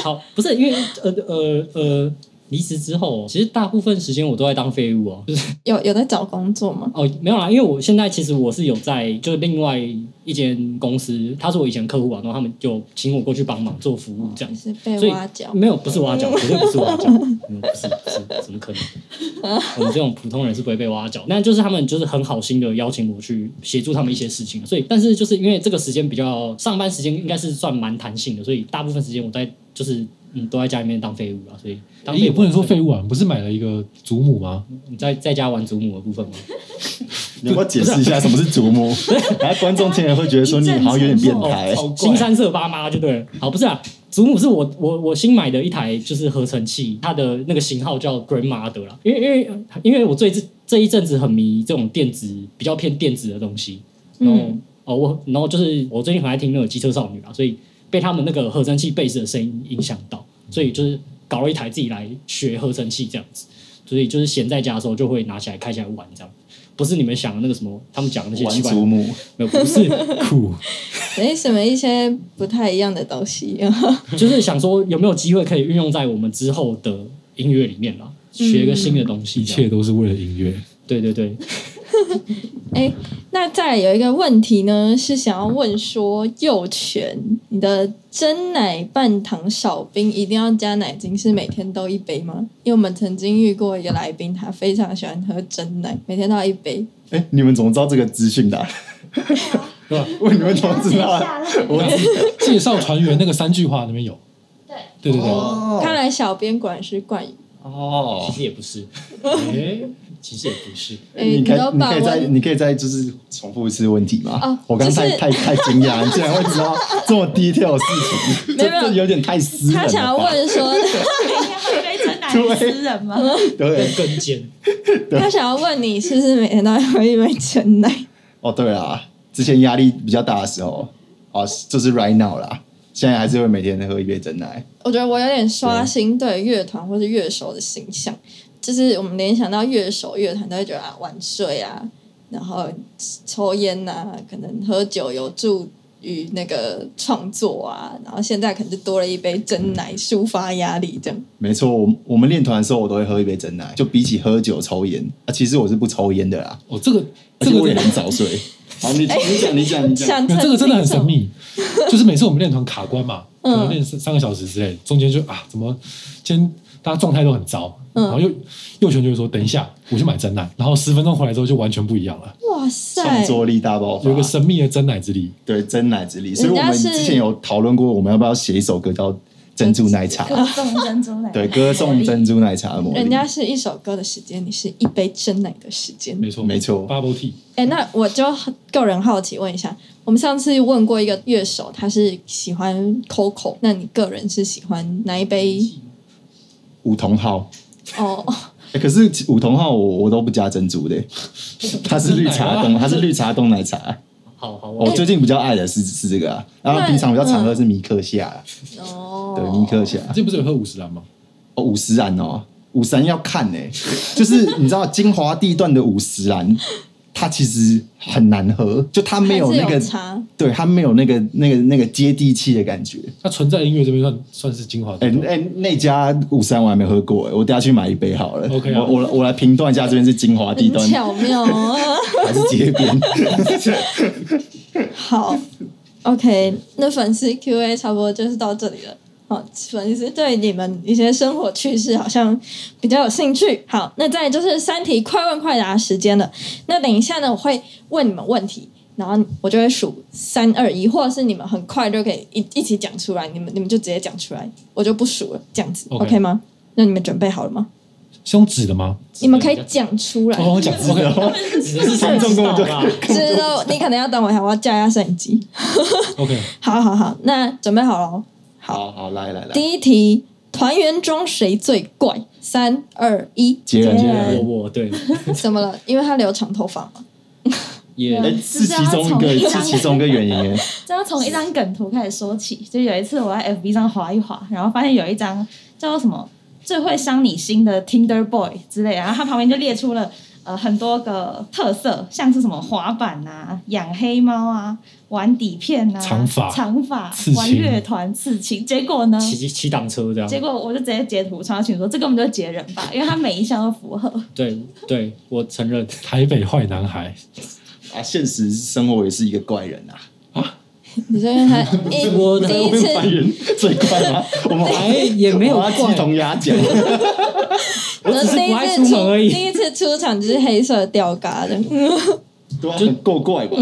好，不是因为呃呃呃，离职之后，其实大部分时间我都在当废物哦，就是
有有在找工作吗？
哦没有啦，因为我现在其实我是有在就是另外一间公司，他是我以前客户啊，然后他们就请我过去帮忙做服务这样子。
哦是被
所以
挖角？
没有，不是挖角，绝对不是挖角，嗯不是，不是，怎么可能？我们这种普通人是不会被挖角，但就是他们就是很好心的邀请我去协助他们一些事情，啊所以但是就是因为这个时间比较上班时间应该是算蛮弹性的，所以大部分时间我在就是嗯都在家里面当废物了，所以当
也不能说废
物，
物啊，你不是买了一个祖母吗？
你在在家玩祖母的部分吗？
你要不要解释一下什么是祖 母？然后观众听了会觉得说你好像有点变态。
哦，新三色爸妈就对了。好，不是啊，祖母是我我我新买的一台就是合成器，它的那个型号叫 Grandmother 啦。因为因为因为我最近这一阵子很迷这种电子比较偏电子的东西，然后、
嗯
哦我然后就是我最近很爱听那个机车少女啊，所以被他们那个合成器贝斯的声音影响到，所以就是搞了一台自己来学合成器这样子。所以就是闲在家的时候就会拿起来开起来玩这样，不是你们想的那个什么他们讲的那些
玩
奇怪的，
祖母，
没有不是，
酷，
为什么一些不太一样的东西？
就是想说有没有机会可以运用在我们之后的音乐里面啦，学一个新的东西
一
嗯
这样。
切都是为了音乐。
对对对，
哎，那再来有一个问题呢，是想要问说幼犬，你的真奶半糖少冰一定要加奶精，是每天都一杯吗？因为我们曾经遇过一个来宾，他非常喜欢喝真奶，每天都要一杯。
哎，你们怎么知道这个资讯的啊？
对吧？
问你们怎么知道啊？
下来。
我
介绍船员那个三句话那边有，对对对对，
看来小编果然是惯语。
哦
其，实也 不是，
哎
其实也不是，
哎，
你可以
都
你
把
可以再
温
你可以再就是重复一次问题吗？
哦
我刚刚
就
太
是
太太惊讶，你竟然会知道这么低调的事 情，
没
这
有没有
这有点太私人了吧。
他想要问说，
每天喝一杯真奶是私人吗？
对
跟尖。
他想要问你是不是每天都要喝一杯真奶？
哦，对啦，之前压力比较大的时候，哦，就是 right now 啦，现在还是会每天喝一杯真奶。
我觉得我有点刷新对乐团或是乐手的形象，就是我们联想到乐手、乐团都会觉得啊晚睡啊，然后抽烟呐、啊，可能喝酒有助于那个创作啊，然后现在可能就多了一杯真奶抒发压力这样。
没错，我我们练团的时候，我都会喝一杯真奶，就比起喝酒抽烟啊，其实我是不抽烟的啦，
哦，这个
而
这
且
个
我也
真的
很早睡。好，你你讲你讲你讲，
想
没有这个真的很神
成立
秘，就是每次我们练团卡关嘛，可
嗯
能练三三个小时之类，中间就啊，怎么今天大家状态都很糟，
嗯
然后右右拳就会说等一下，我去买真奶，然后十分钟回来之后就完全不一样了，
这种，哇
创
塞！
作力大爆发，
有一个神秘的真奶之力，
对真奶之力，所以
人
我
家
们
是
之前有讨论过，我们要不要写一首歌叫《珍珠奶茶》？
各种珍珠奶，
对，歌颂珍珠奶茶的魔力。
人家是一首歌的时间，你是一杯真奶的时间。
没错
没错
，Bubble Tea，
哎、那我就个人好奇问一下，我们上次问过一个乐手，他是喜欢 Coco，那你个人是喜欢哪一杯？
五桐号，
哦，
欸可是五桐号我我都不加珍珠的、它是绿茶冻，它是绿茶冻奶茶。
好好，
我、
我
哦
最近比较爱的是是这个啊，然后
那
平常比较常喝是米克夏啦，
哦，
对，米克夏
你啊这不是有喝五十兰吗？
哦，五十兰哦，五十兰要看呢、 就是你知道精华地段的五十兰，它其实很难喝，就它没有那
还
个
是有差
对，它没有那个那个那个接地气的感觉。
那存在音乐这边算算是精华的
哎、
地
哎、那家五十兰我还没喝过、欸，我等下去买一杯好了。
OK 啊
我我来我来评断一下这边是精华地
很
段
巧妙哦。
还是 街边。
好，OK，那粉丝 Q&A 差不多就是到这里了。好，粉丝对你们一些生活趣事好像比较有兴趣。好，那再来就是三题快问快答时间了。那等一下呢，我会问你们问题，然后我就会数三二一，或者是你们很快就可以一一起讲出来，你们你们就直接讲出来，我就不数了，这样子
OK
OK 吗？那你们准备好了吗？
是用纸的吗？
你们可以讲出来。
哦，我讲纸的，
只是
听众根本就
吧。
知道你可能要等我一下，我要架一下摄影机。
OK，
好好好，那准备好了哦。
好好，来来来，
第一题，团员中谁最怪？三二一，
杰人杰
我
人，
我对
怎么了？因为他留长头发嘛。
也
啊
哎，是其中一个，是其中一个原因哎。
这要从一张梗图开始说起。就有一次我在 FB 上滑一滑，然后发现有一张叫做什么最会伤你心的 Tinder Boy 之类的，然后他旁边就列出了呃很多个特色，像是什么滑板啊、养黑猫啊、玩底片啊、
长发
长发
刺、青
玩乐团、刺青。结果呢？
骑骑挡车这样。
结果我就直接截图传到群说，这根本就是截人吧，因为他每一项都符合。
对对，我承 认。
台北坏男孩，
啊，现实生活也是一个怪人啊，
你说因为他一
我
第 一
白
次
人最怪吗？我们
哎
还
也没有
我们还
怪
鸡同鸭讲，
我只是不爱出门而
第
已，
一次出场就是黑色吊嘎的，嗯
对啊，很够怪吧？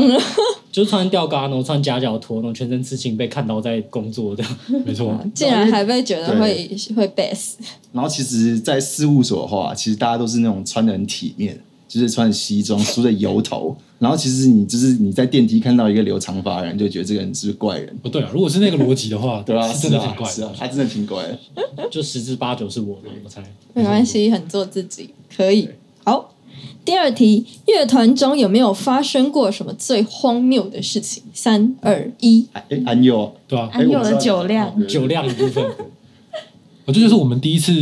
就是穿吊嘎，然后穿夹脚拖，然后全身刺青被看到在工作这样。
没
啊
错，
竟然还被觉得会会 best。
然后其实，在事务所的话，其实大家都是那种穿的很体面，就是穿着西装，梳着油头。然后其实你就是你在电梯看到一个留长发的人，就觉得这个人是不是怪 人，
不对啊，如果是那个逻辑的话，
对啊，
是真的
啊
挺怪
是啊，
的。
他真的挺怪的。
就十之八九是我的，我猜。
没关系，很做自己，可以。好，第二题，乐团中有没有发生过什么最荒谬的事情？三二一，
哎，哎安佑，
对啊，
哎
安佑的酒量，
酒量的部分，
我这就是我们第一次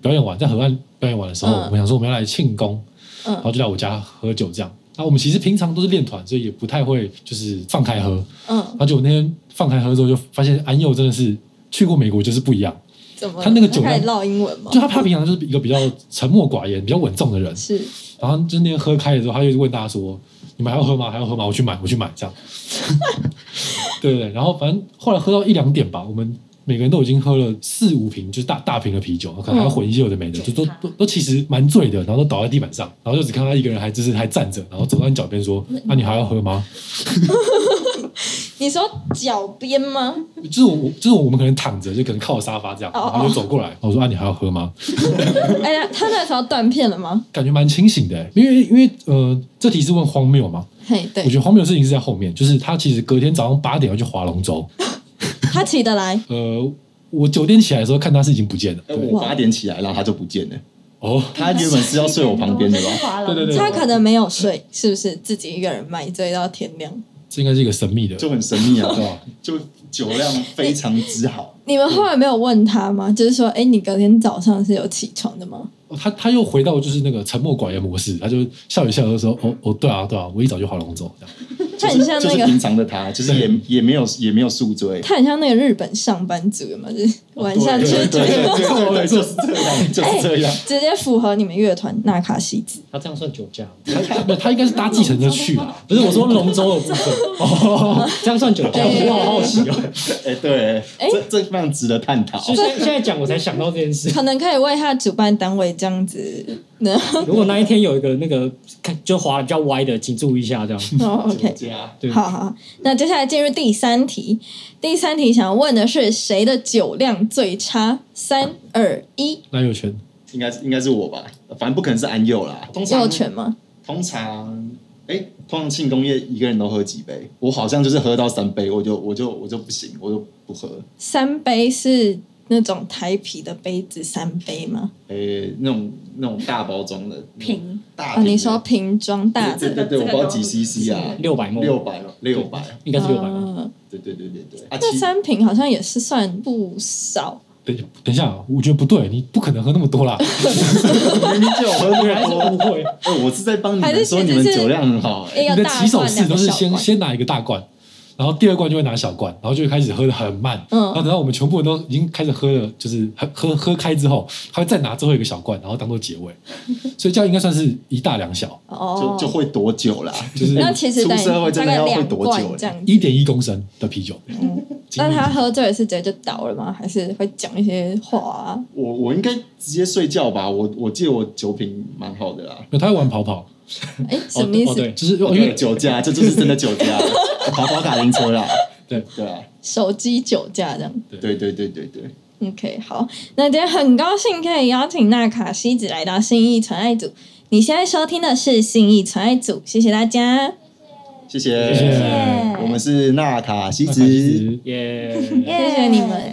表演完，在河岸表演完的时候，
嗯
我们想说我们要来庆功，
嗯
然后就来我家喝酒这样。那、我们其实平常都是练团，所以也不太会就是放开喝。
嗯，
然后就我那天放开喝之后，就发现安佑真的是去过美国就是不一样，
怎么了？
他那个酒量
开始唠英文吗
就？他他平常就是一个比较沉默寡言、比较稳重的人，
是，
然后就那天喝开了之后，他就问大家说：“你们还要喝吗？还要喝吗？我去买，我去买。”这样， 对对对。然后反正后来喝到一两点吧，我们每个人都已经喝了四五瓶，就是大大瓶的啤酒，可能还要混一些有的没的，就都都都其实蛮醉的，然后都倒在地板上，然后就只看他一个人还就是还站着，然后走到你脚边说：“啊，你还要喝吗
你说脚边吗？？”
就是我我就是我们可能躺着，就可能靠沙发这样，
哦哦
然后就走过来，然后我说：“啊，你还要喝吗？”
哎呀，他那时候断片了吗？
感觉蛮清醒的欸，因为因为呃，这题是问荒谬嘛，
嘿，
我
对，
觉得荒谬的事情是在后面，就是他其实隔天早上八点要去划龙舟。
他起得来，
呃，我九点起来的时候看他是已经不见了。
哎，
对
我八点起来，然后他就不见了。
哦，
他原本是要睡我旁边的吧？
吧
对对对
他可能没有睡，是不是自己一个人买醉到天亮？
这应该是一个神秘的，
就很神秘啊，
对吧？
就酒量非常之好。
你们后来没有问他吗？就是说，哎，你隔天早上是有起床的吗？
哦他他又回到就是那个沉默寡言模式，他就笑一笑就说：“哦哦，对啊对啊，我一早就划龙舟。”这
他
样，
很像
就
那
是
个哎
平常的他，就是也也没有也没有宿醉，
他很像那个日本上班族有没有？就是晚上
哦对
去
对 对对对对，就是这样， 就是这样。
直接符合你们乐团纳卡西子。
他这样算酒驾吗？
他他 不他应该是搭计程车去 了。
不是我说龙舟的部 分，哦，这样算酒驾？
对
我好好奇哦。
哎，对，这这非常值得探讨。
就现在现在讲，我才想到这件事。
可能可以为他主办单位这样子。那
如果那一天有一个那个看就滑比较歪的，请注意一下，这样。
哦，OK，
家
对，
好好。那接下来进入第三题，第三题想要问的是谁的酒量最差？三二一，
那有权
应该是应该是我吧，反正不可能是安佑啦。通常
右拳吗？
通常，哎，通常庆功宴一个人都喝几杯？我好像就是喝到三杯，我就我就我就不行，我就不喝。
三杯是那种台啤的杯子，三杯吗？
诶，哎那种那种大包装的
瓶
大
啊，
瓶的，
你说瓶装大
对
的，
对对，我不知道几 CC 啊，
六百
六
梦，
百六百，
应该是六百梦。
嗯
对对对对对。啊，
那
其
三瓶好像也是算不少，
等等一下，我觉得不对，你不可能喝那么多啦。
明明就有喝那
原来
么
是误
多。
会，
哎，我是在帮你
还是
们
其
说
实
你们
是
酒量很好，
一
哎
你
个
的
大
起手
罐，
式
两
都
个
是
小
先
罐。
先拿一个大罐，然后第二罐就会拿小罐，然后就会开始喝的很慢，
嗯
然后等到我们全部人都已经开始喝了，就是喝喝喝开之后，他会再拿最后一个小罐，然后当做结 尾，所以这样应该算是一大两小，
哦
就，就会多久啦？
就是
那其实
出
等于
社会
大
真的
概
要会
两
多久
罐
嘞
这样子。
一点一公升的啤酒，
那他喝醉是直接就倒了吗？还是会讲一些话啊？
我我应该直接睡觉吧？我我记得我酒品蛮好的啦，
没有他会玩跑跑，
哎，什么意
哦
思？
对，
就是因
因为
为
酒驾，这就是真的酒 驾，跑跑卡丁车啦。
对
对啊，
手机酒驾这样。
对对对对对，
OK，好，那今天很高兴可以邀请纳卡西子来到信义纯爱组。你现在收听的是信义纯爱组，谢谢大家。
谢谢
谢谢
我们是纳卡西
那其
子
实。
耶。
谢谢你们。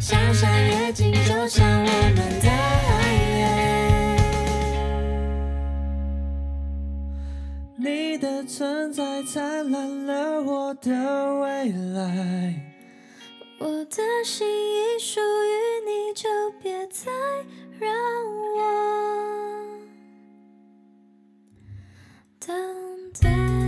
像夜景，就像我们的爱恋。你的存在灿烂了我的未来。我的心已属于你，就别再让我等待。